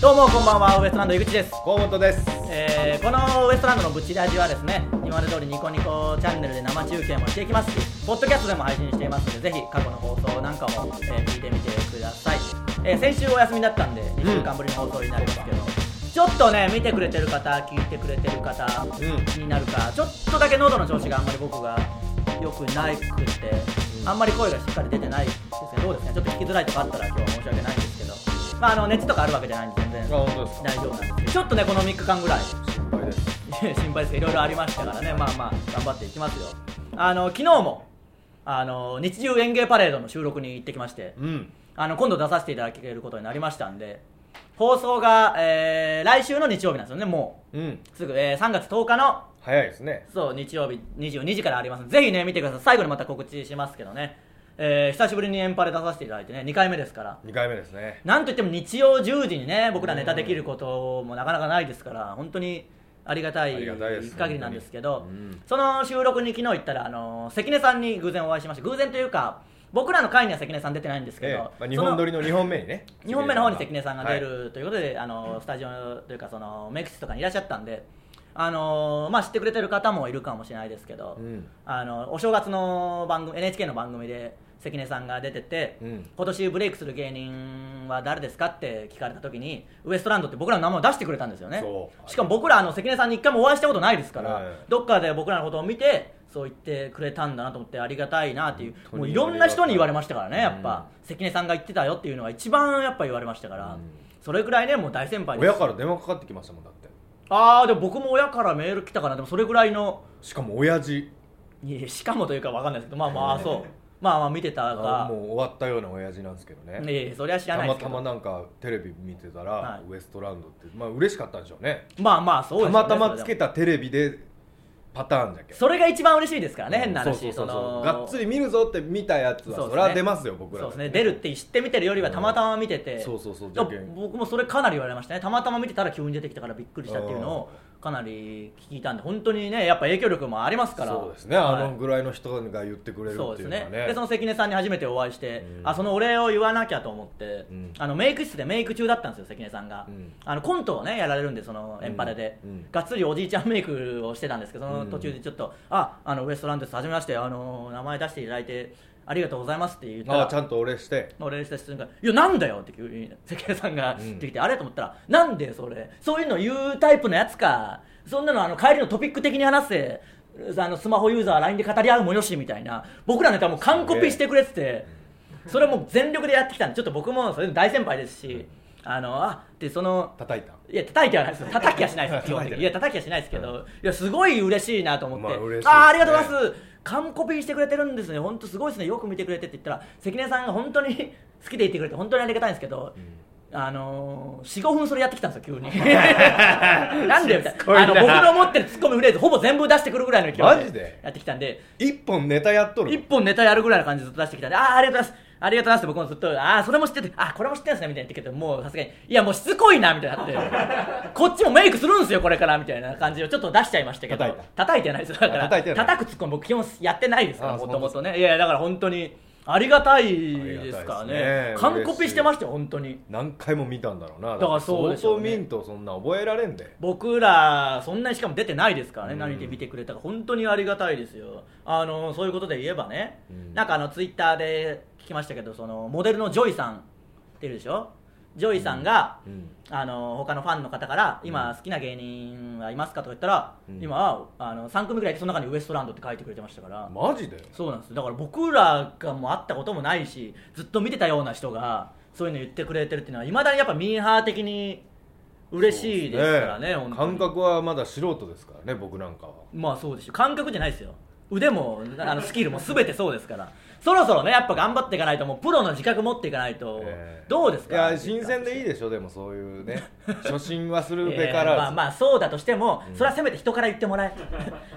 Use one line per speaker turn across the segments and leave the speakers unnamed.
どうもこんばんはウエストランド井口です、
河本です
えーこのウエストランドのブチラジはですね今まで通りニコニコチャンネルで生中継もしていきますしポッドキャストでも配信していますのでぜひ過去の放送なんかも、えー聞いてみてください、えー先週お休みだったんで2週間ぶりの放送になりますけど、ちょっとね見てくれてる方聞いてくれてる方
う
になるかちょっとだけ喉の調子があんまり僕が良くなくて
うん
あんまり声がしっかり出てないですねどうですかねちょっと聞きづらいとかあったら今日は申し訳ないんですけどまああの熱とかあるわけじゃないんで全然
あ本当ですか
大丈夫なんですけどちょっとねこの3日間ぐらい
心配です
心配ですけどいろいろありましたからねまあまあ頑張っていきますよあの昨日もあの日中園芸パレードの収録に行ってきまして
うん
あの今度出させていただけることになりましたんで放送が、えー来週の日曜日なんですよねも
うん
うすぐ、えー3月10日の
早いですね
そう日曜日22時からありますのでぜひね見てください最後にまた告知しますけどね、えー久しぶりにエンパレ出させていただいてね2回目ですから
2回目ですね
なんといっても日曜10時にね僕らネタできることもなかなかないですから本当にありがたい
ありがたいです
限りなんですけど
本当にうん
その収録に昨日行ったらあの関根さんに偶然お会いしました偶然というか僕らの会には関根さん出てないんですけど、
ええまあ、
そ
2
の
本撮りの2本目 にね
2本目の方に関根さんが出るということで、あのスタジオというかそのメイク室とかにいらっしゃったんで、あのまあ、知ってくれてる方もいるかもしれないですけど、
うん
あのお正月の番組 NHK の番組で関根さんが出てて、
うん
今年ブレイクする芸人は誰ですかって聞かれた時にウエストランドって僕らの名前を出してくれたんですよね
そう
しかも僕らあの関根さんに一回もお会いしたことないですから、
うん
どっかで僕らのことを見てそう言ってくれたんだなと思ってありがたいなっていう
本
も
当に
ういろんな人に言われましたからねやっ
うん
ぱ。関根さんが言ってたよっていうのが一番やっぱ言われましたから、
うん
それぐらいねもう大先輩です
親から電話かかってきましたもんだって
ああでも僕も親からメール来たかなでもそれぐらいの
しかも親父
いやいやしかもというかわかんないですけどまあまあそうまあまあ見てた
あ
か
もう終わったような親父なんですけどね
いやいやそりゃ知らな
た
いで
ます
け
た
ど
まなんかテレビ見てたら、
はい
ウエストランドってまあ嬉しかったんでしょうね
まあまあそうです
た
よね
またまつ
それ
け
で
たテレビでパターンじゃけ
もそれが一番嬉しいですからね、
うん
変な話
そうそうそうそう
の
がっつり見るぞって見たやつは
そうです
そ
ね
りゃ出ますよ僕ら
そうですね出るって知って見てるよりはたまたま見てて、
うんそうそうそう
でも
じゃけん
僕もそれかなり言われましたねたまたま見てたら急に出てきたからびっくりしたっていうのをかなり聞いたんで本当にねやっぱ影響力もありますから
そうですね、
はい
あのぐらいの人が言ってくれる
そう
って
で
い
す
うのは
ね
ね
でその関根さんに初めてお会いして、
うん
あそのお礼を言わなきゃと思って、
うん
あのメイク室でメイク中だったんですよ関根さんが、
うん
あのコントをねやられるんでそのエンパレで、
うんうん
がっつりおじいちゃんメイクをしてたんですけどその
うん
途中でちょっと、ああのウエストランドですはじめましてあの名前出していただいてありがとうございますって言った
あ
ら
あちゃんとお礼して
お礼した瞬間「いやなんだよ」って急に関根さんが
うん
出てきて、あれと思ったら「なんでそれそういうの言うタイプのやつかそんなのあの帰りのトピック的に話せ」あのスマホユーザーは LINE で語り合うもよしみたいな僕らのネタもう完コピしてくれててそれもう全力でやってきたんでちょっと僕もそれの大先輩ですしあのあでその
叩いた
いや叩いてはないですよ叩きはしないです基本的にい
叩いてない
や叩きはしないですけど、いやすごい嬉しいなと思って、
まあ嬉しいですね
あーありがとうございます完コピーしてくれてるんですね本当すごいですねよく見てくれてって言ったら関根さんが本当に 好きでいてくれて本当にありがたいんですけど、あのー、45分それやってきたんですよ急 になんでみたい
しつこい
な
な
あの僕の持ってるツッコミフレーズほぼ全部出してくるぐらいの勢い
マジで
やってきたんで
一本ネタやっと
一
る
本ネタやるぐらいの感じでずっと出してきたんで、ああ、ありがとうございます。ありがとうございますって僕もずっと、ああ、それも知ってて、ああ、これも知ってるんですね、みたいな言ってけど、もうさすがに、いや、もうしつこいな、みたいにな って、こっちもメイクするんですよ、これから、みたいな感じをちょっと出しちゃいましたけど、
叩い
てないですよ、だから、
あ叩いてない
叩くツッコミ、僕、基本やってないですから、
あー
もともとね。いやいや、だから本当に、ありがたいですから
ありがたい
ね
で。すね
完コピしてましたよ、本当に。
何回も見たんだろうな
だからそうでしょうね
相当見んとそんな覚えられんで
僕らそんなにしかも出てないですからね、
うん
何で見てくれたか本当にありがたいですよあのそういうことで言えばね、
うん
なんかあのツイッターで聞きましたけどそのモデルのジョイさんっているでしょジョイさんが、
うん
あの他のファンの方から今好きな芸人はいますかとか言ったら、
うん
今あの3組ぐらいいてその中にウエストランドって書いてくれてましたから、
マジで
そうなんですだから僕らがもう会ったこともないしずっと見てたような人がそういうの言ってくれてるっていうのはいまだにやっぱミーハー的に嬉しいですからね
そう
本当
です
に
感覚はまだ素人ですからね僕なんかは
まあそうでしょ感覚じゃないですよ腕もあのスキルも全てそうですからそろそろねやっぱ頑張っていかないともうプロの自覚持っていかないと、
えー
どうです
い
か
や新鮮でいいでしょでもそういう ね初心はするべ
えー
からず
まあまあそうだとしても、
うん
それはせめて人から言ってもらえ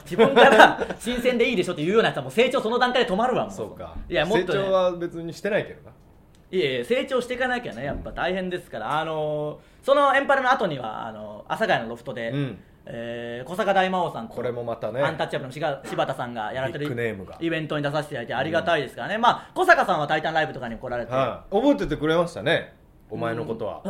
自分から新鮮でいいでしょって言うようなやつはもう成長その段階で止まるわもう
そうか
いやもっと、ね、
成長は別にしてないけどな
え
い
いえ成長していかなきゃねやっぱ大変ですから、あのーそのエンパルの後にはあのー阿佐ヶ谷のロフトで、
うん
えー小坂大魔王さんと
これもまたね
アンタッチャブルのしが柴田さんがやられて
ビッグネーム
る
が
イベントに出させていただいてありがたいですからね、まあ小坂さんは「タイタンライブ」とかにも来られて、
はい覚えててくれましたねお前のことは、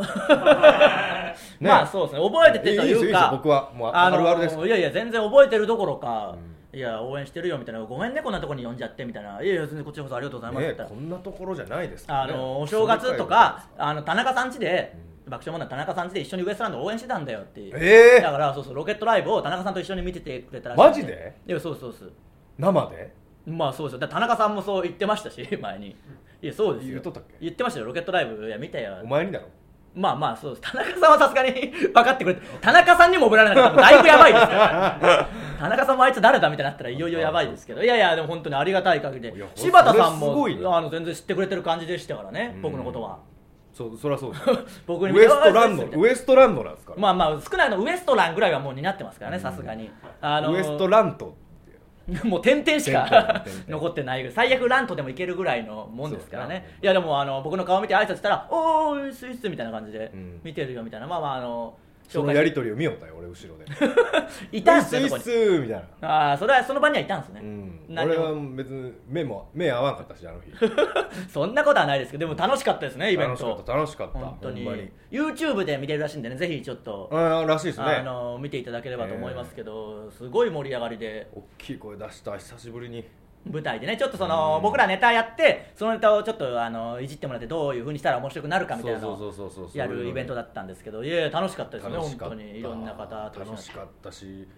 ね
まあそうですね覚えててとい
いいですよいいうですよ
か
僕はもう
あ
あ
の
るあるです
いやいや全然覚えてるどころか、いや応援してるよみたいなごめんねこんなとこに呼んじゃってみたいないやいや全然こっちこそありがとうございます
ね
みたいな、
こんなところじゃないですか
あ
らね
のお正月とかあの田中さん家で、爆笑問題の田中さん家で一緒にウエストランド応援してたんだよっていう、
えー
だからそうそうロケットライブを田中さんと一緒に見ててくれたら
マジで
いやそうそうそう
生で
まあそうですよだから田中さんもそう言ってましたし 前にいやそうですよ
言っとったっけ
言ってましたよロケットライブいや見たよ
お前にだろ
まあまあそうです田中さんはさすがに 分かってくれて田中さんにもぶられなかったらだいぶやばい ですから田中さんもあいつ誰だみたいになったらいよいよやばいですけどいやいやでも本当にありがたい限り
い
で
や
柴田さんも
それすごいな
あの全然知ってくれてる感じでしたからね
うん
僕のことは
そうそりゃそうですよ
僕に
ウエストランド
見て
ウエストランドなんですから、
まあまあ少ないのウエストランぐらいはもうになってますからねさすがにあの
ウエストランドって
もう点々しか
点々点々
残ってないぐらい最悪ランとでもいけるぐらいのもんですから
そう
ね
ですね
いやでもあの僕の顔見て挨拶したら「おーいスイス」みたいな感じで
うん
見てるよみたいなまあまああの
そのやり取りを見よったよ俺後ろで
いたんす
う
よ
いっ
そ
す
こ
ういっ
に
すーみたいな
ああそれはその場にはいたんですね、
うん、
何も
俺は別に目も目合わんかったしあの日
そんなことはないですけどでも楽しかったです ねイベン
楽しかっ
ト
た楽しかった
本当に
ほんまに
YouTube で見れるらしいんでねぜひちょっと、
うんらしいですね
あの見ていただければと思いますけど、すごい盛り上がりで
大きい声出した久しぶりに
舞台でねちょっとその、
うん
僕らネタやってそのネタをちょっとあのいじってもらってどういうふうにしたら面白くなるかみたいなの
そう
を
そうそうそう
やるイベントだ
っ
ったんですけどいやいや楽しかった
た
ですね本当にいろんな方と一緒に
楽しかったし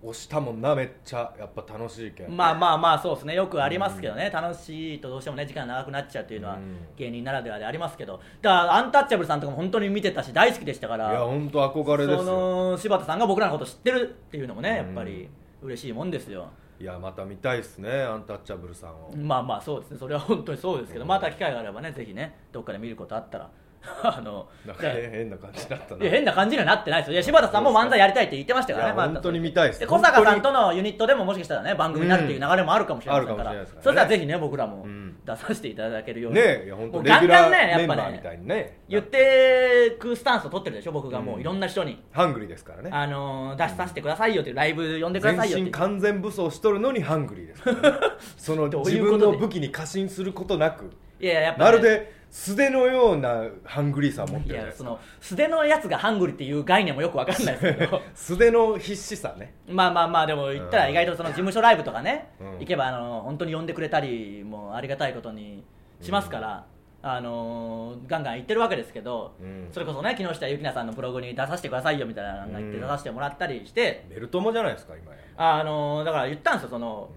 押したもんなめっちゃやっぱ楽しいけん
まあまあまあそうですねよくありますけどね、楽しいとどうしてもね時間が長くなっちゃうっていうのは
うん
芸人ならではでありますけどだからアンタッチャブルさんとかも本当に見てたし大好きでしたか
いや
ら
本当憧れで
そ
すよ
の柴田さんが僕らのこと知ってるっていうのもねやっぱり嬉しいもんですよ、
いやまた見たいですねアンタッチャブルさんを
まあまあそうですねそれは本当にそうですけど、
うん
また機会があればねぜひねどっかで見ることあったら あの
なんか
じゃあ
変変な感じだった
い
な
や変な感じにはなってないですよいや柴田さんも漫才やりたいって言ってましたからね
いや
また
本当に見たいです
で小坂さんとのユニットでももしかしたらね番組になるっていう流れもあるかもしれませんから,、
うんあるかもしれないですからね
そしたらぜひね僕らも
うん
出させていただけるように、
ねえいや本
も
当
う
レギ
ガン
ュ
ガン
ラ
ね
ー
や
メ
っ
ン
ぱ
バ
ね
ーみたいにね
言ってくスタンスを取ってるでしょ僕がもう
うん
いろんな人に、
ハングリーですからね
あのー出しさせてくださいよっていうライブ呼んでくださいよっ
全
て
身完全武装しとるのにハングリーですから ねその
どうい
自
うこと
分の武器に過信することなく
いやいややっぱ、
まるで素手のようなハングリーさを持って
い
るじゃない
や
です
そ
か
の素手のやつがハングリーっていう概念もよくわかんないですけ ど
素手の必死さね
まあまあまあでも言ったら
うん
意外とその事務所ライブとかね、
うん
行けばあの本当に呼んでくれたりもありがたいことにしますから、あのーガンガン行ってるわけですけど、
うん
それこそね木下ゆきなさんのブログに出させてくださいよみたいなのが言って
うん
出させてもらったりして、
メルトモじゃないですか今や、
あのーだから言ったんですよその、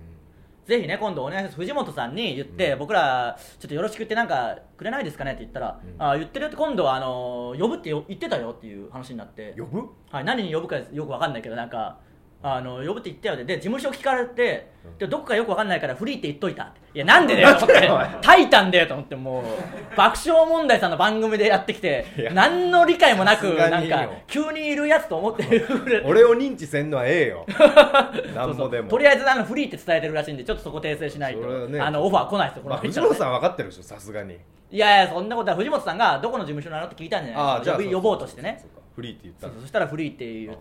ぜひね今度お願いします藤本さんに言って、
うん
僕らちょっとよろしくってなんかくれないですかねって言ったら、
うん
あー言ってるって今度はあのー呼ぶってよ言ってたよっていう話になって
うん呼ぶ
はい、何に呼ぶかよくわかんないけどなんかあの呼ぶって言ったよねで事務所聞かれて、
うん
でどっかよくわかんないからフリーって言っといたっていやなんでだよと思っ
なん
て
でだよおい
タイタンだよと思ってもう爆笑問題さんの番組でやってきて
いや
何の理解もなく
さすが
なん
によ
か急にいるやつと思ってる
俺を認知せんのはええ よな
そうんそ
も
う
で も
とりあえずあのフリーって伝えてるらしいんでちょっとそこ訂正しない
それ
と、
はね
あのオファー来ないですよこ
ま
の
あ、
入っち
藤
ゃう
本さん分かってるでしょさすがに
いやいやそんなことは藤本さんがどこの事務所なのって聞いたんじゃないですか呼び呼ぼうとしてね
そうかフリーって言っ
そ
たら
うそしたらフリーっていう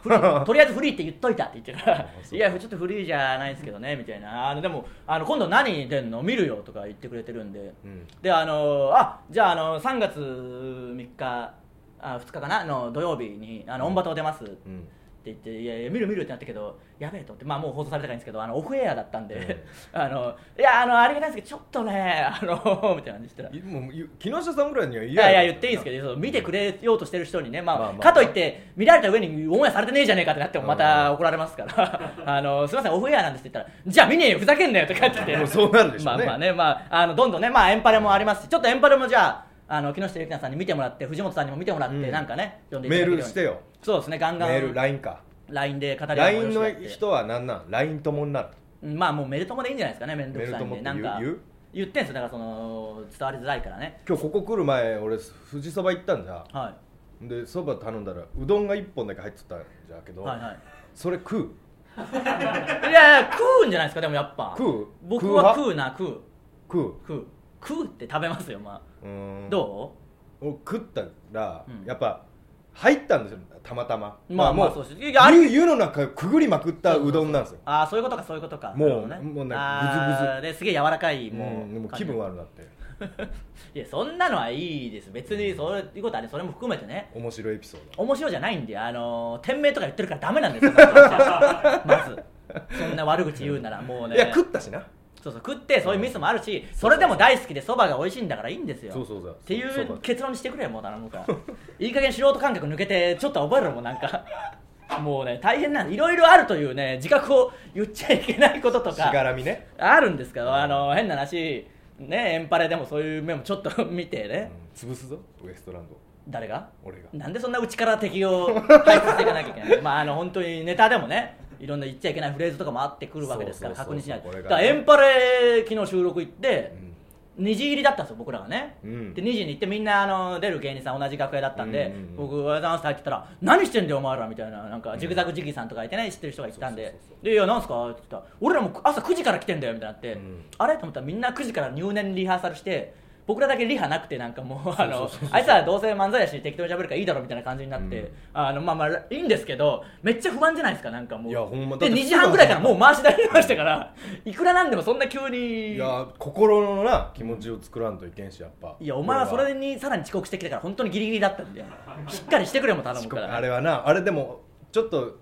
フリーとりあえずフリーって言っといたって言ってから
あ
「い
そう
やちょっとフリーじゃないですけどね」みたいな「あのでもあの今度何出んの見るよ」とか言ってくれてるんで、
うん
であのあじゃああの3月3日あ2日かなの土曜日に「あのオンバト出ます」って
うん
言って「いやいや見る見る」ってなったけどやべえと思ってまあもう放送されてないんですけどあのオフエアだったんで「 あのいやあのありがたいんですけどちょっとねあの」 みたいな感じしたら
いもうい木下さんぐらいには言
い
え
やいや言っていいですけ
ど
どそう見てくれようとしてる人にね、まあ
まあまあ
かといって見られた上にオンエアされてねえじゃねえかってなってもまた
うん
怒られますから あのすみませんオフエアなんですって言ったらじゃあ見ねえよふざけんなよとか言ってきて
もう そうなるでしょう
ま
ね
あまあね、まあ、あのどんどんね、まあ、エンパレもありますしちょっとエンパレもじゃああの木下ゆきなさんに見てもらって藤本さんにも見てもらって、
うん
なんかね呼んでいただ
メ
けるように
ールしてよ
そうですねガン
メ
ガン
ール LINE か
LINE で語り合いもよ
LINE
しだ
の
って
人は何なん LINE 友になる
うんまあもうメルトモでいいんじゃないですかね面倒くさいんで
メル
な
トモ
ん
って言う
か
言う
言ってんすよだからその伝わりづらいからね
今日ここ来る前俺富士そば行ったんじゃ
は
でそば頼んだらうどんが1本だけ入ってたんじゃけ
い
ど、
はいはい
それ食う
いやいや食うんじゃないですかでもやっぱ
食う
僕は
食
食うな食う
食う
食う食うって食べますよま
うー
あ
ん
ど
俺食ったら、
うん
やっぱ入ったんですよたまたま
まあまあ
も
そううですいやあれ
湯湯の中くぐりまくったうどんなんですよ
ああそういうことかそういうことか
もう
なるほどね
もうね
あーですげえ柔らかいも
も
う,、
うでも気分悪くなって
いやそんなのはいいです別にそういうことはねそれも含めてね
面白いエピソード
面白いじゃないんであのー店名とか言ってるからダメなんですよ まずそんな悪口言うならもうね
いや食ったしな
そうそう食ってそういうミスもあるしそれでも大好きでそばが美味しいんだからいいんですよ
そうそうそう
ってい
そうそうう
結論にしてくれよもう頼むから いい加減素人感覚抜けてちょっと覚えろもうなんか もうね大変なんいろいろあるというね自覚を言っちゃいけないことと
しが
から
みね
あるんですけどあの変な話ねエンパレでもそういう面もちょっと見てね、
うん潰すぞウエストランド
誰が
俺が
なんでそんな内から敵を排除していかなきゃいけないのまああの本当にネタでもねいろんな言っちゃいけないフレーズとかもあってくるわけですから
そう
確認
そう
しな
そう
いと
こ
だ
れが
からエンパレ昨日収録行って
うん
2時入りだったんですよ僕らがね、
うん
で2時に行ってみんなあの出る芸人さん同じ楽屋だったんで、
うんうんうん
僕「おはようございます」って入ってたら「何してんだよお前ら」みたいななんかジグザグジギーさんとかいてね知ってる人がいたん
そう
で
そうそう
「でいやなんすか?」って言ったら「俺らも朝9時から来てんだよ」みたいになって、
うん
あれと思ったらみんな9時から入念にリハーサルして僕らだけリハなくてなんかもうあの
そうそうそうそう
あいつらどうせ漫才やし適当に喋るからいいだろみたいな感じになって、
うん
あのまあまあいいんですけどめっちゃ不安じゃないですかなんかもう
いやほんまだ
で
って
2時半ぐらいからもう回しだれましたからいくらなんでもそんな急に
いや心のな気持ちを作らんといけんしやっぱ
いやお前はそ
俺
れにさらに遅刻してきたから本当にギリギリだったんでしっかりしてくれも頼む
遅
か
刻
ら
あれはなあれでもちょっと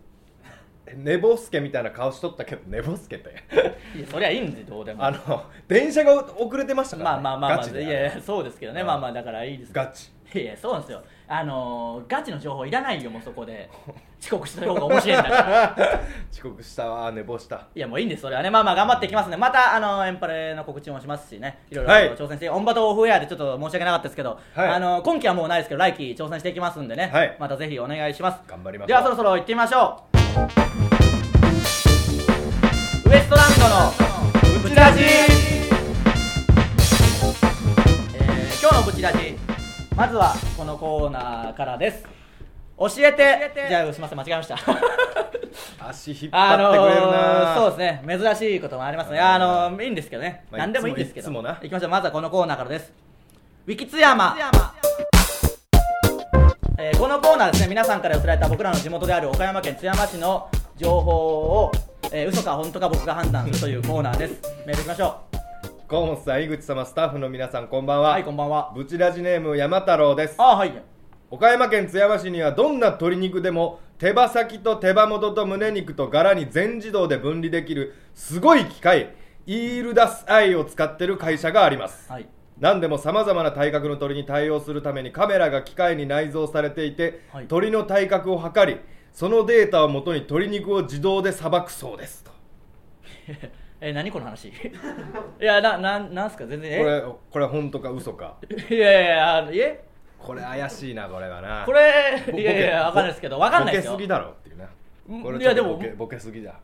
寝坊すけみたいな顔しとったけど寝坊すけって
いやそりゃいいんでどうでも
あの電車が遅れてましたから
まあ
ね、
まあまあま
ガ
あ
チ
い
で
やいやそうですけどね
うん
まあまあだからいいです
ガチ
いやいやそうなんですよあのーガチの情報いらないよもうそこで遅刻した方が面白いんだから
遅刻したわ寝坊した
いやもういいんですそれはねまあまあ頑張っていきますねまたあのーエンパレの告知もしますしねいろいろ
はい
挑戦して、オンバトオフエアでちょっと申し訳なかったですけど、
はい
あのー今期はもうないですけど来期挑戦していきますんでね、
はい
またぜひお願いします
頑張りまし
で
ょう
はそろそろ行ってみましょうウエストランドのブチラジ、えー今日のブチラジまずはこのコーナーからです教えてじゃあすみません間違えました
足引っ張
あ
って
の
くれる
ー、
な、
そうですね珍しいこともありますねあのー、いいんですけどね、
まあ
何でもいいんですけど
いつもいつもな
行きましょうまずはこのコーナーからですウィキツヤマえーこのコーナーですね皆さんから寄せられた僕らの地元である岡山県津山市の情報を、えー嘘か本当か僕が判断するというコーナー ですメールいきましょ
河本さん井口様スタッフの皆さんこんばん
う
は、
はいこんばんは
ブチラジネーム山太郎です
あはい
岡山県津山市にはどんな鶏肉でも手羽先と手羽元と胸肉と柄に全自動で分離できるすごい機械イールダスアイを使ってる会社があります
はい
何でもさまざまな体格の鳥に対応するためにカメラが機械に内蔵されていて、
はい
鳥の体格を測りそのデータをもとに鶏肉を自動でさばくそうですとこ
えー何この話 いやななんなんすか全然え
れこれ本当か嘘か
いやいやいやあのえ
これ怪しいなこれはな
こ
ぼ
れいやいやわかんないですけど
ぼ
わかんないです
ボ
よ
ケすぎだろっていうな
うん
これ
いや
ちょっ
でも
とボケボケすぎだ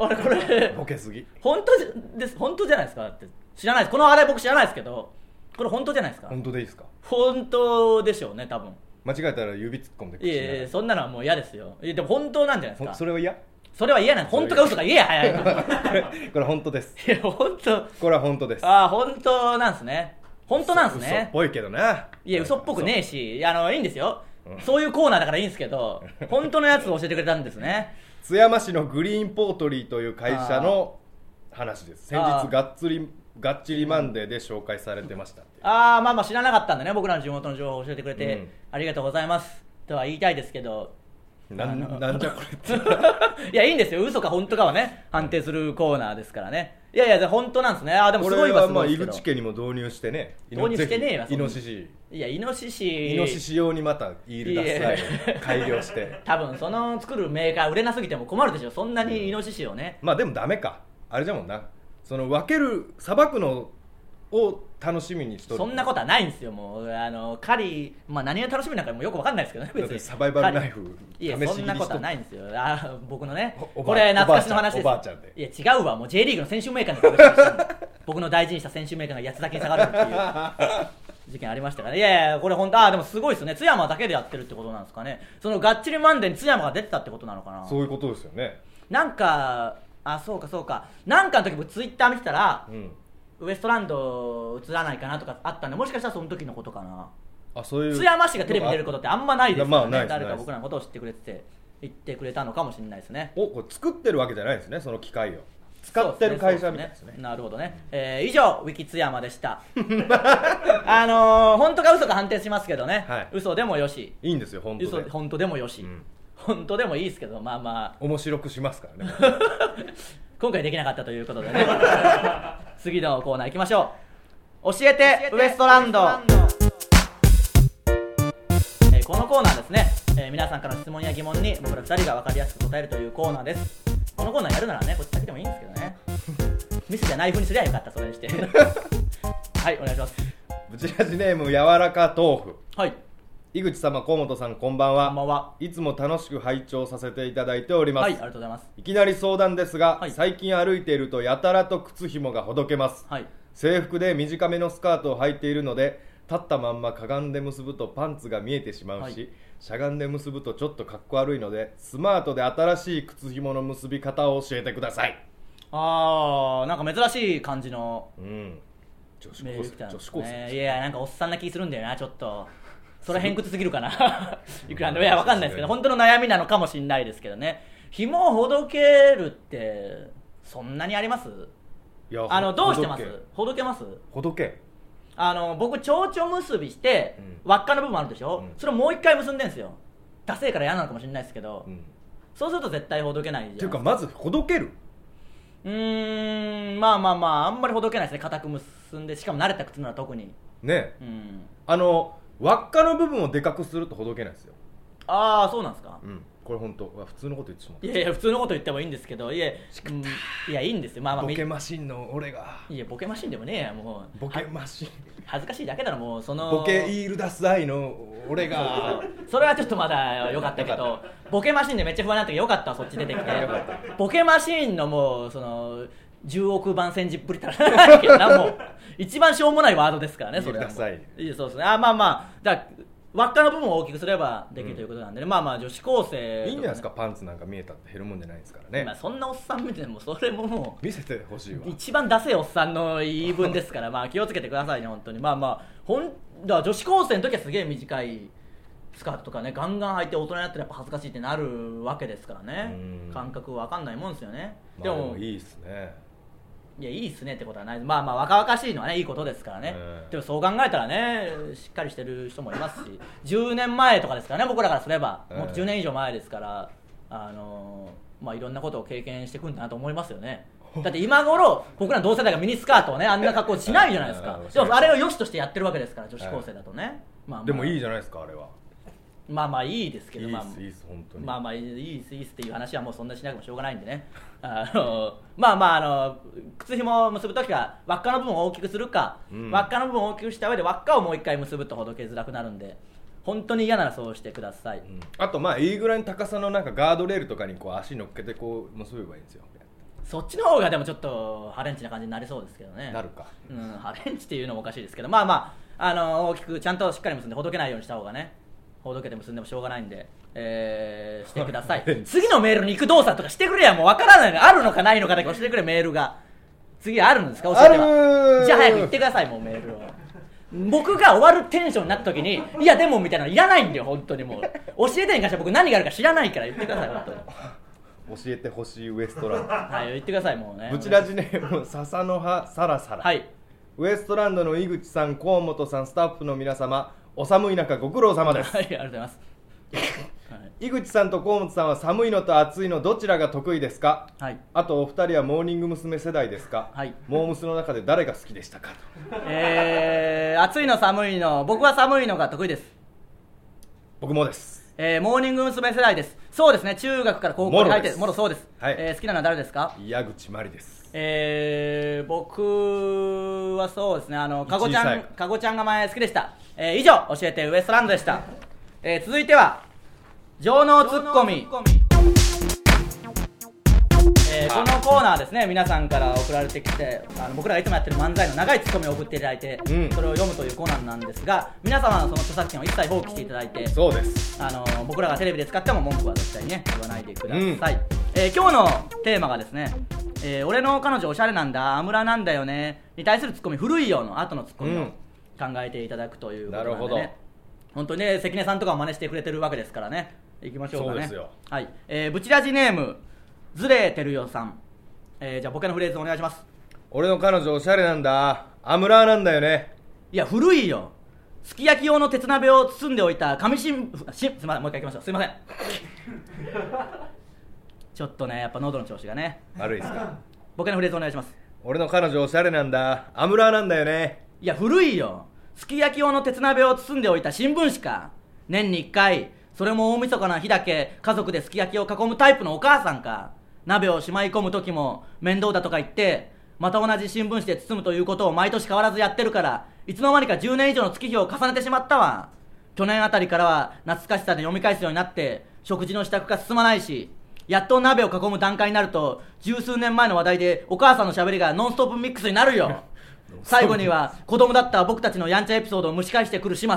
あれこれ
ボケすぎ
本当じゃです本当じゃないですかだって知らないですこの話題僕知らないですけどこれ本当じゃないですか
本当でいいですか
本当でしょうね多分
間違えたら指突っ込んでく
いや
るし
いやいやそんなのはもう嫌ですよいやでも本当なんじゃないです
ほ
か
んそ
それ
れは嫌
は嫌なんです本当か嘘か言えや早く
これ本当です
いや本当
これは本当です
ああ本当なんすね本当なんす
嘘っ
ね
ぽいけどない
や嘘っぽくねえしいやあのいいんですよ
うん
そういうコーナーだからいいんですけ ど本当のやつを教えてくれたんですね
津山市のグリーンポートリーという会社の話です先
あー
日がっつりがっちりマンデーで紹介されてましたって
ああまあまあ知らなかったんでね僕らの地元の情報を教えてくれて、
うん
ありがとうございますとは言いたいですけど
なん
あの
なんじゃこれ って
いやいいんですよ嘘か本当かはね判定するコーナーですからねいやいやじゃあ本当なんですねあーでも
こ
すご
れ
いわ
は
す
ま
ご
あ
い
井
です
口
け
家にも導入してね
導入してねえわ
ぜ
そ
ひ
んな
イノシシ
どいやイノシシ
イノシシ用にまたイールダスタイル改良して
多分その作るメーカー売れなすぎても困るでしょそんなにイノシシをね、
まあでもダメかあれじゃもんなその分けるさばくのを楽しみにしとる
そんなことはないんですよもうあの狩り、まあ、何が楽しみなんかもよくわかんないですけどね
だ
別
って
に
サバイバルナイフ
いや
試し
そ
切
ん
り
なこと
しと
は
る
ないんですよあー僕のね
おおば
こ
あ
れ懐かしの話です
おばあちゃんで
いや違うわもう J リーグの選手名鑑の話してんの僕の大事にした選手名鑑が八つだけに下がるって いう事件ありましたからねいやいやこれ本当あーでもすごいですね津山だけでやってるってことなんですかねそのがっちりマンデーに津山が出てたってことなのかな
そういうことですよね
なんかあそうかそうかなんかの時僕ツイッター見てたら
うん
ウエストランド映らないかなとかあったんでもしかしたらその時のことかな
あそういう
津山市がテレビに出ることってあんまないですか
まあ
ら
ない
ね
です
誰
な
か
いです
僕らのことを知ってくれてて言ってくれたのかもしれないですね
おこれ作ってるわけじゃないんですねその機械を使ってる会社みたいですね
なるほどね、えー以上ウィキ津山でした あのー本当か嘘か判定しますけどね、
はい
嘘でもよし
いいんですよ本当
嘘
で、
本当でもよし、
うん
本当でもいいですけどまあまあ
面白くしますからね
今回できなかったということでね次のコーナー行きましょう教えてウエストランドえーこのコーナーですね、えー皆さんからの質問や疑問に僕ら2人が分かりやすく答えるというコーナーですこのコーナーやるならねこっちだけでもいいんですけどね ミスじゃない風にすりゃよかったそれにして はいお願いします
ブチラジネーム柔らか豆腐
はい
井口様河本さんこんばんは
こんばんはい
つも楽しく拝聴させていただいておりま
は
す、
いあり
い
がとうございます
きなり相談ですが、
はい
最近歩いているとやたらと靴ひもがほどけます
はい
制服で短めのスカートを履いているので立ったまんまかがんで結ぶとパンツが見えてしまうし、
はい
しゃがんで結ぶとちょっとかっこ悪いのでスマートで新しい靴ひもの結び方を教えてください
あーなんか珍しい感じの
うん女子
メー
高
ル来
生
たん
女
で
子
す
高
ね
生
いやなんかおっさんな気するんだよなちょっとそれ偏屈すぎるか ないくらでもいやわかんないですけど本当の悩みなのかもしれないですけどね紐をほどけるってそんなにあります
いや
あのどうしてます
ほど
ほどけます
けほどけ
あの僕蝶々結びして、
うん
輪っかの部分あるでしょ、
うん
それをもう一回結んでんですよダセえから嫌なのかもしれないですけど、
うんっ
そうすると絶対ほどけないじゃん
ていうかまずほどける
うーんまあまあまああんまりほどけないですね固く結んでしかも慣れた靴なら特に
ね
うん
あの輪っかの部分をでかくするとほどけないですよ
ああそうなんですか、
うんこれ本当うわ普通のこと言ってしまっ
いやいや普通のこと言ってもいいんですけどいや、うんいやいいんですよまあ
た
まあ
ボ
み
ケマシンの俺が
いやボケマシンでもねえやもう
ボケ
は
マシン
恥ずかしいだけだろもうその
ボケイールダスアイの俺が
それはちょっとまだ良かったけ
よ
どボケマシンでめっちゃ不安になっ たけどよかったわそっち出てきてボケマシンのもうその10億番煎じっぷりたらないけどなもう一番しょうもないワードですからねそれはもう
ダサい
いいそうですねあまあまあだから輪っかの部分を大きくすればできるということなんでね、まあまあ女子高生とね、
いいんじゃないですかパンツなんか見えたって減るもんじゃないですからね、
まあ、そんなおっさん見てもそれももう
見せてほしいわ
一番ダセえおっさんの言い分です からまあ気をつけてくださいね本当にまあまあほんだから女子高生の時はすげえ短いスカートとかねガンガン履いて大人になったらやっぱ恥ずかしいってなるわけですからね
うん
感覚わかんないもんですよね、
ま
で
あで
も
も
い
いいっすね
やいいっすねってことはないまあまあ若々しいのはねいいことですからね、
うん
でもそう考えたらねしっかりしてる人もいますし10年前とかですからね僕らからすれば、
うん
もっと10年以上前ですからあのーまあいろんなことを経験してくんだなと思いますよね だって今頃僕らの同世代がミニスカートをねあんな格好しないじゃないですか
うん
でもあれを良しとしてやってるわけですから女子高生だとね、まあまあ
でもいいじゃないですかあれは
まあまあいいですけ
いい
どまあ
っすいいっす本当に
まあまあいいいいですいいですっていう話はもうそんなしなくもしょうがないんでね あのまあまああの靴ひもを結ぶ時は輪っかの部分を大きくするか、
うん
輪っかの部分を大きくした上で輪っかをもう一回結ぶとほどけづらくなるんで本当に嫌ならそうしてください、
うんあとまあいいぐらいの高さのなんかガードレールとかにこう足乗っけてこう結べばいいんですよ
そっちの方がでもちょっとハレンチな感じになりそうですけどね
なるか
うん、ハレンチっていうのもおかしいですけどまあまああの大きくちゃんとしっかり結んでほどけないようにした方がねほどけて結んでもしょうがないんで、えーしてくださ
ハレ
い
ンチ
次のメールに行く動作とかしてくれやもうわからないのあるのかないのかだけ教えてくれメールが次あるんですか教えて
あ
は
る
じゃあ早く言ってくださいもうメールを僕が終わるテンションになった時にいやでもみたいなのいらないんだよ本当にもう教えてに関しては僕何があるか知らないから言ってください本当に
教えてほしいウエストラ
はい言ってくださいも うね
ンドブチラジネーム笹の葉サラサラ
はい
ウエストランドの井口さん河本さんスタッフの皆様お寒い中ご苦労様です
はいありがとうございますはい
井口さんと河本さんは寒いのと暑いのどちらが得意ですか
はい
あとお二人はモーニング娘。世代ですか、
はい
モームスの中で誰が好きでしたかと
えー、暑いの寒いの僕は寒いのが得意です、
僕もです
えー、モーニング娘。世代ですそうですね中学から高校に入って
も
も
ろです
ろそうです、
はい
えー好きなのは誰ですか
矢口真理です
えー、僕はそうですねあのかごち
一
ゃ
位
ん
最後
かごちゃんが前好きでした、えー、以上教えてウエストランドでした、えー、続いては情能ツッコミえーこのコーナーですね皆さんから送られてきてあの僕らがいつもやってる漫才の長いツッコミを送っていただいて、
うん
それを読むというコーナーなんですが皆様のその著作権を一切放棄していただいて
そうです
あの僕らがテレビで使っても文句は絶対ね言わないでください、
うん
えー今日のテーマがですね、えー俺の彼女おしゃれなんだアムラなんだよね」に対するツッコミ「古いよ」の後のツッコミ
う
を
ん
考えていただくということなんで、ね
なるほど
本当にね関根さんとかを真似してくれてるわけですからねいきましょうかね
そうですよ
はい、えー、ブチラジネームズレてるよさん、えー、じゃあボケのフレーズお願いします
俺の彼女おしゃれなんだアムラーなんだよね
いや古いよすき焼き用の鉄鍋を包んでおいた紙新聞しすみませんもう一回いきましょうすいません ちょっとねやっぱ喉の調子がね
悪いっすか
ボケのフレーズお願いします
俺の彼女おしゃれなんだアムラーなんだよね
いや古いよすき焼き用の鉄鍋を包んでおいた新聞紙か年に1回それも大晦日な日だけ家族ですき焼きを囲むタイプのお母さんか鍋をしまい込む時も面倒だとか言ってまた同じ新聞紙で包むということを毎年変わらずやってるからいつの間にか10年以上の月日を重ねてしまったわ去年あたりからは懐かしさで読み返すようになって食事の支度が進まないしやっと鍋を囲む段階になると十数年前の話題でお母さんのしゃべりがノンストップミックスになる よ最後には子供だった僕たちのやんちゃエピソードを蒸し返してくる始末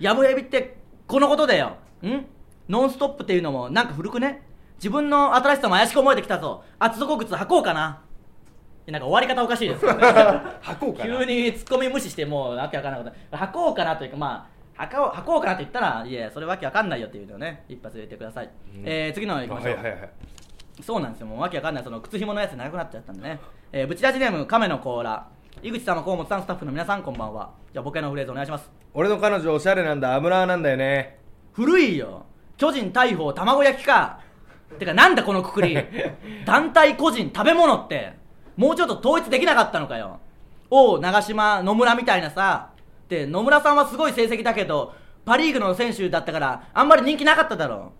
やぶへびってこのことだよんノンストップっていうのもなんか古くね自分の新しさも怪しく思えてきたぞ厚底靴履こうかないやなんか終わり方おかしいです よね
箱かな
急にツッコミ無視してもうわけわかんないこと履こうかなというかまあ履こう履こうかなって言ったらいやそれわけわかんないよっていうのをね一発入れてください、
うん
えー次の行きましょう、
はいはいはい
そうなんですよもうわけわかんないその靴ひものやつ長くなっちゃったんでね、えー、ブチラジネーム亀の甲羅井口様河本さんスタッフの皆さんこんばんはじゃあボケのフレーズお願いします
俺の彼女おしゃれなんだアムラーなんだよね
古いよ巨人大砲卵焼きかてかなんだこのくくり団体個人食べ物ってもうちょっと統一できなかったのかよおう長嶋野村みたいなさで野村さんはすごい成績だけどパ・リーグの選手だったからあんまり人気なかっただろ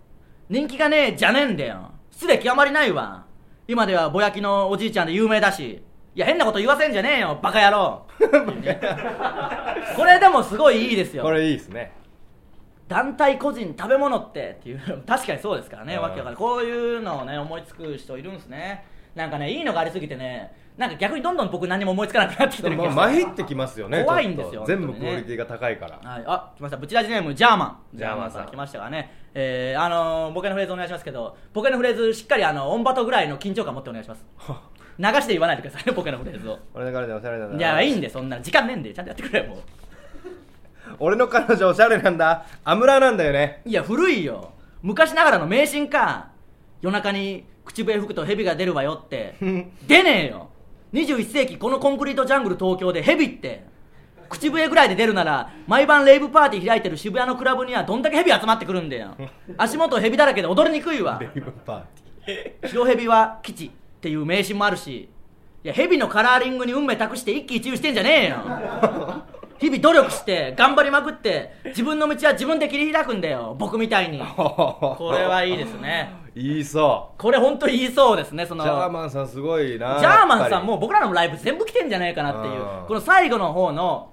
人気がねえじゃねえんだよ失礼極まりないわ今ではぼやきのおじいちゃんで有名だしいや変なこと言わせんじゃねえよバカ野郎これでもすごいいいですよ
これいいですね
団体個人食べ物ってっていう 確かにそうですからね
うん
わけわかんないこういうのをね思いつく人いるんですねなんかねいいのがありすぎてねなんか逆にどんどん僕何も思いつかなくなってきてる気
も
が
う
し
参ってきますよね
怖いんですよ
ちょっと全部
本当
ク
にね
オリティが高いから
はい、あ来ましたブチラジネームジャーマン
ジャーマンさん
来ましたからねえー、あのー、ボケのフレーズお願いしますけどボケのフレーズしっかりあのオンバトぐらいの緊張感持ってお願いし ます流して言わないでくださいねボケのフレーズを
俺の彼女おしゃれなんだ
いやいいんでそんなの時間ねえんでちゃんとやってくれよもう
俺の彼女おしゃれなんだアムラーなんだよね
いや古いよ昔ながらの迷信か夜中に口笛吹くと蛇が出るわよって
うん
出ねえよ21世紀このコンクリートジャングル東京で蛇って口笛ぐらいで出るなら毎晩レイブパーティー開いてる渋谷のクラブにはどんだけ蛇集まってくるんだよ足元蛇だらけで踊りにくいわ
レイブパーテ
白蛇は吉っていう迷信もあるしいや蛇のカラーリングに運命託して一喜一憂してんじゃねえよ日々努力して頑張りまくって自分の道は自分で切り開くんだよ僕みたいに
ィーこ
これはいいですね
いいそ
これ本当言いそうですねそうの
ジャーマンさんすごいな
ジャーマンさん
やっ
もう僕らのライブ全部来てんじゃないかなって
う
い
ん
うこの最後の方の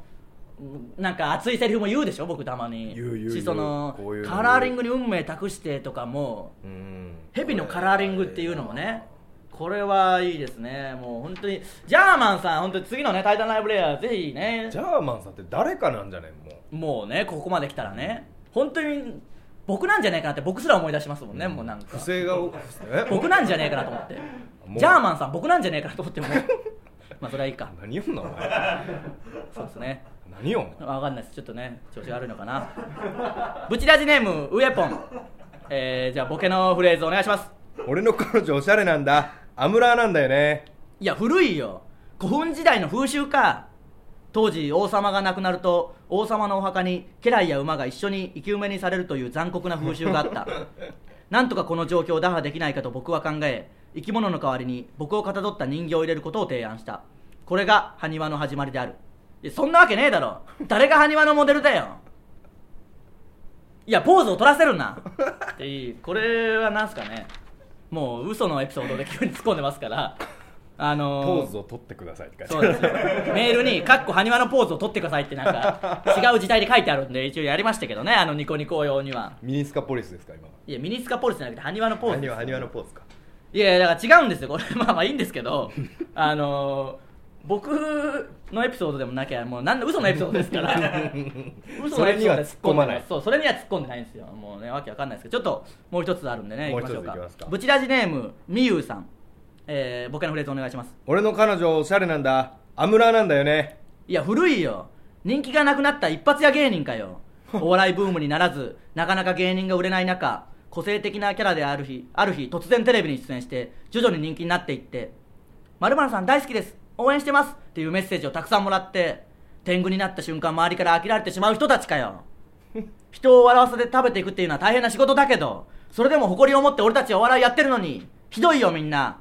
うんなんか熱いセリフも言うでしょ僕たまに
言う言う言う
しその
こういうの言う
カラーリングに運命託してとかも
ぱりうん
蛇のカラーリングっていうのもねこれはいいですねもう本当にジャーマンさん本当に次のね「タイタンライブレア」ぜひね
ジャーマンさんって誰かなんじゃねんもう
もうねここまで来たらね本当に僕なんじゃないかなって僕すら思い出しますもんね、もうなんか
不正が多え
僕なんじゃねえかなと思って
もう
ジャーマンさん僕なんじゃねえかなと思っても まあそれはいいか
何言うんだお前
そうですね
何よ
あわかんないですちょっとね調子悪いのかなブチラジネームウエポンえー、じゃあボケのフレーズお願いします
俺の彼女おしゃれなんだアムラーなんだよね
いや古いよ古墳時代の風習か当時王様が亡くなると王様のお墓に家来や馬が一緒に生き埋めにされるという残酷な風習があった なんとかこの状況を打破できないかと僕は考え生き物の代わりに僕をかたどった人形を入れることを提案したこれが埴輪の始まりであるいやそんなわけねえだろ誰が埴輪のモデルだよいやポーズを取らせるなっていいこれはなんすかねもう嘘のエピソードで急に突っ込んでますからあの
ポーズを取ってくださいって
そ
書
う
い
で
て
すよメールに「かっこ埴輪のポーズを取ってください」ってなん か違う時代で書いてあるんで一応やりましたけどねあのニコニコ用には
ミニスカポリスですか今はい
やミニスカポリスじゃなくて埴輪のポーズ
埴
で
輪
す
埴輪のポーズか
いやいやだから違うんですよこれ まあまあいいんですけどあのー僕のエピソードでもなきゃもう何の嘘のエピソードですから嘘のエピソードで
それには突っ込まない
そうそれには突っ込んでないんですよもうねわけわかんないですけどちょっともう一つあるんでね
も
いうきま
一つ
しょう
い
か
きますか
ブチラジネームみゆうさんえー、ボケのフレーズお願いします
俺の彼女おしゃれなんだアムラーなんだよね
いや古いよ人気がなくなった一発屋芸人かよお笑いブームにならずなかなか芸人が売れない中個性的なキャラである日ある日突然テレビに出演して徐々に人気になっていって「まるさん大好きです応援してます」っていうメッセージをたくさんもらって天狗になった瞬間周りから飽きられてしまう人たちかよ人を笑わせて食べていくっていうのは大変な仕事だけどそれでも誇りを持って俺たちはお笑いやってるのにひどいよみんな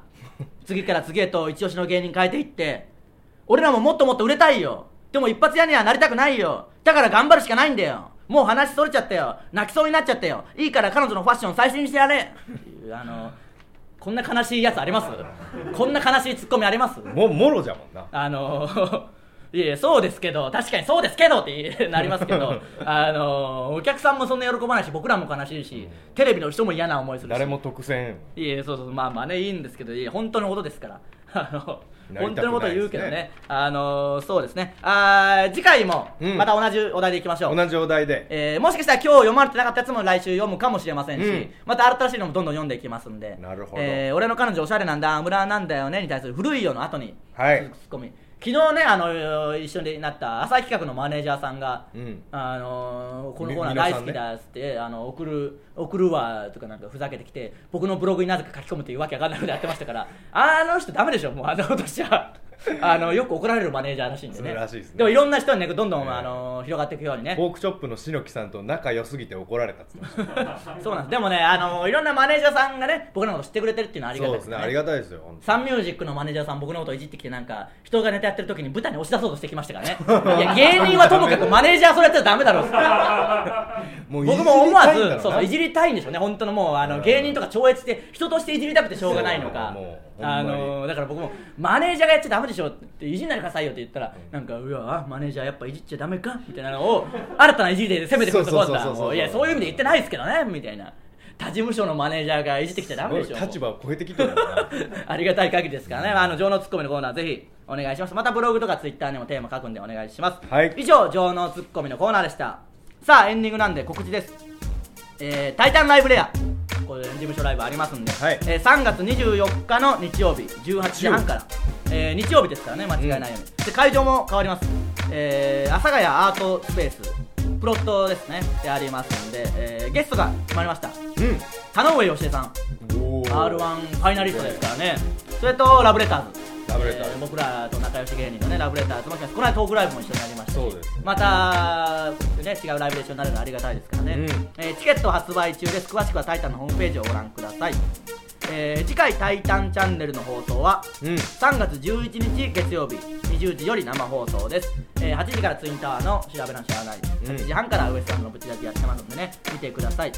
次から次へと一押しの芸人変えていって俺らももっともっと売れたいよでも一発屋にはなりたくないよだから頑張るしかないんだよもう話それちゃったよ泣きそうになっちゃったよいいから彼女のファッション最新にしてやれっていうあのこんな悲しいやつありますこんな悲しいツッコミあります
ももろじゃもんな
あの いやいやそうですけど確かにそうですけどって なりますけ どあのお客さんもそんな喜ばないし僕らも悲しいしテレビの人も嫌な思いするし
誰も得せん
いえそうそうまあまあねいいんですけどいえ本当のことですから あの
なり
本
た
当
くな
のこと
いですね
言うけどねあのそうですねあー次回も
うん
また同じお題でいきましょう、
同じお題で
えーもしかしたら今日読まれてなかったやつも来週読むかもしれませんし、
うん
また新しいのもどんどん読んでいきますんで
なるほど
えー俺の彼女おしゃれなんだアムラーなんだよねに対する古いよの後に
はい
ツッコミ昨日ねあの一緒になった朝日企画のマネージャーさんが、
うん
あのこの
み
コーナー
皆
大
さ
好
ん
き
ね
だっつって、あの送る送るわとかなんかふざけてきて僕のブログになぜか書き込むというわけわかんないことやってましたからあの人ダメでしょもうあのことしち ゃあのよく怒られるマネージャーらしいんでね
それらしいですね
でもいろんな人にねどんどん、
ええ
あの広がっていくようにね
フォークショップの篠木さんと仲良すぎて怒られたっつってました
そうなんですでもねあのいろんなマネージャーさんがね僕のこと知ってくれてるっていうのはありがた
そう
い
ですねありがたいですよ本当
サンミュージックのマネージャーさん僕のこといじってきてなんか人がネタやってる時に舞台に押し出そうとしてきましたからねいや芸人はともかくマネージャーそれやったらダメだろう
も
僕も思わずそうそうい
いじ
じりたいんでしょうね本当のもうあの芸人とか超越して人としていじりたくてしょうがないのか
そうもうほんま
あ
に
のだから僕もマネージャーがやっちゃダメでしょっていじんないでくださいよって言ったらなんかうわマネージャーやっぱいじっちゃダメかみたいなのを新たないじりで攻めてくるとこだったら
そうそうそ
も
うそう
ういやそういう意味で言ってないですけどねみたいな他事務所のマネージャーがいじってきちゃダメでしょ
立場を超えてきてるからな
ありがたい限りですからね、あの情のツッコミのコーナーぜひお願いしますまたブログとかツイッターにもテーマ書くんでお願いします、
はい
以上情のツッコミのコーナーでしたさあエンディングなんで告知ですえー、タイタンライブレアこれ事務所ライブありますんで、
はい
えー3月24日の日曜日18時半から、えー日曜日ですからね間違いないように、で会場も変わります、えー、阿佐ヶ谷アートスペースプロットですねでありますんで、えーゲストが決まりました 田上芳恵さん
うんおー
r 1ファイナリストですからね、それとラブレターズ、
ラブレターズ
え僕らと仲良し芸人のね、ラブレターズも来ます、この間トークライブも一緒になりましたし
そうです
また、ね、違うライブで一緒になるのはありがたいですからね、
うん
えーチケット発売中です、詳しくはタイタンのホームページをご覧ください。えー次回「タイタンチャンネル」の放送は
うん
3月11日月曜日20時より生放送です、えー8時からツインタワーの調べなしゃあない
う
8
ん
時半からウエストランドのブチラジやってますんでね見てください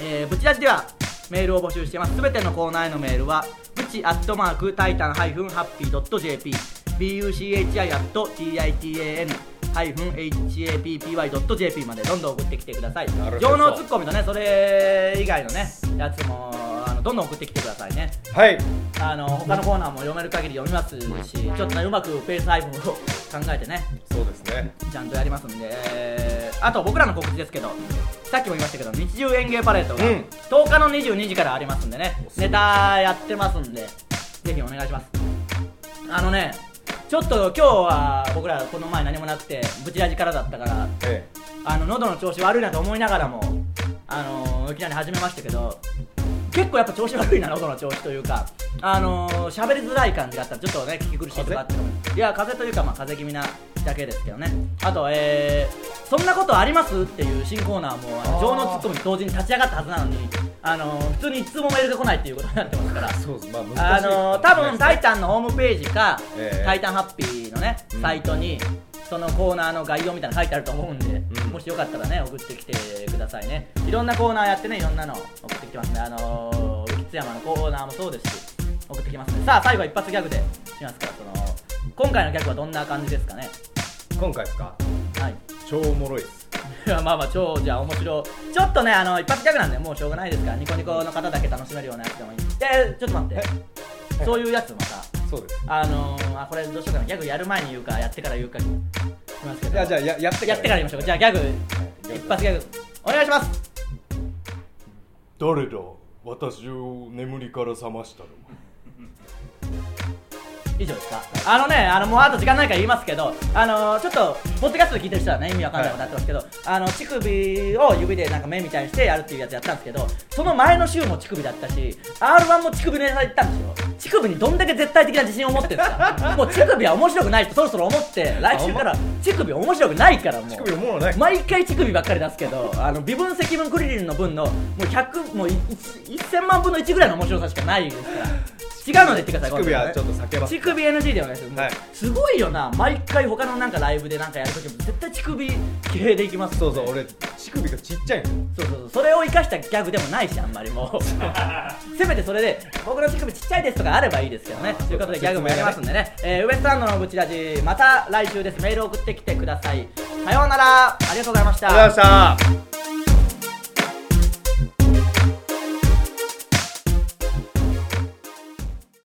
えー、ブチラジではメールを募集していますすべてのコーナーへのメールはブチアットマークタイタンハイフンハッピードット JP buchi アット titan ハイフン happy ドット JP までどんどん送ってきてください
なるほど
情能ツッコミとねそれ以外のねやつもあのどんどん送ってきてくださいね
はい
あの他のコーナーも読める限り読みますしちょっとねうまくペース配分を考えてね
そうですね
ちゃんとやりますんで、えーあと僕らの告知ですけどさっきも言いましたけど日中演芸パレードが
うん
10日の22時からありますんでね、ネタやってますんでぜひお願いしますあのねちょっと今日は僕らこの前何もなくてブチラジからだったから
ええ
あの喉の調子悪いなと思いながらもあのーいきなり始めましたけど結構やっぱ調子悪いな喉の調子というかあのー喋りづらい感じがあったらちょっとね聞き苦しいとかあってもいや風邪というかまあ風邪気味なだけですけどねあとえーそんなことありますっていう新コーナーもあの
あー
情のツッコミと同時に立ち上がったはずなのにあのー普通にいつもメールが来ないっていうことになってますから
そうですまあ難しい
あのー多分「タイタン」のホームページか「
ええ
タイタンハッピー」のね、
うん
サイトにそのコーナーの概要みたいなの書いてあると思うんで、
うん
もしよかったらね送ってきてくださいねいろんなコーナーやってねいろんなの送ってきてますねあのー、浮津山のコーナーもそうですし送ってきますねさあ最後は一発ギャグでしますからその今回のギャグはどんな感じですかね
今回ですか
はい
超おもろいです
いやまあまあ超じゃあ面白いちょっとねあの一発ギャグなんでもうしょうがないですからニコニコの方だけ楽しめるようなやつでもいいでちょっと待って
はい
そういうやつまた
そうです
あのー、あこれどうしようかなギャグやる前に言うかやってから言うかにしますけど
いやじゃあややってから
やってから言いましょうじゃあギャグ一発ギャグお願いします
誰だ私を眠りから覚ましたの
以上ですかあのねあのもうあと時間ないから言いますけどあのちょっとポッドキャストで聞いてる人はね意味わかんないことやってますけど、あの乳首を指でなんか目みたいにしてやるっていうやつやったんですけどその前の週も乳首だったし r 1も乳首のネタ行ったんですよ乳首にどんだけ絶対的な自信を持ってるんですかもう乳首は面白くないってそろそろ思って来週から乳首面白くないからもう
乳首おもろない
毎回乳首ばっかり出すけどあの微分積分クリリンの分のもう100もういい1000万分の1ぐらいの面白さしかないですから違うので言ってください
乳首はちょっ
今
と
度ね
避けます
乳首 NG でお願いします、もう
はい
すごいよな毎回他のなんかライブでなんかやるときも絶対乳首系でいきます
そうそう俺乳首がちっちゃいの
そうそうそうそれを生かしたギャグでもないしあんまりも うせめてそれで僕の乳首ちっちゃいですとかあればいいですけどねということでギャグもやりますんでね、えーウエストランドのブチラジまた来週ですメール送ってきてくださいさようならありがとうございました
ありがとうございました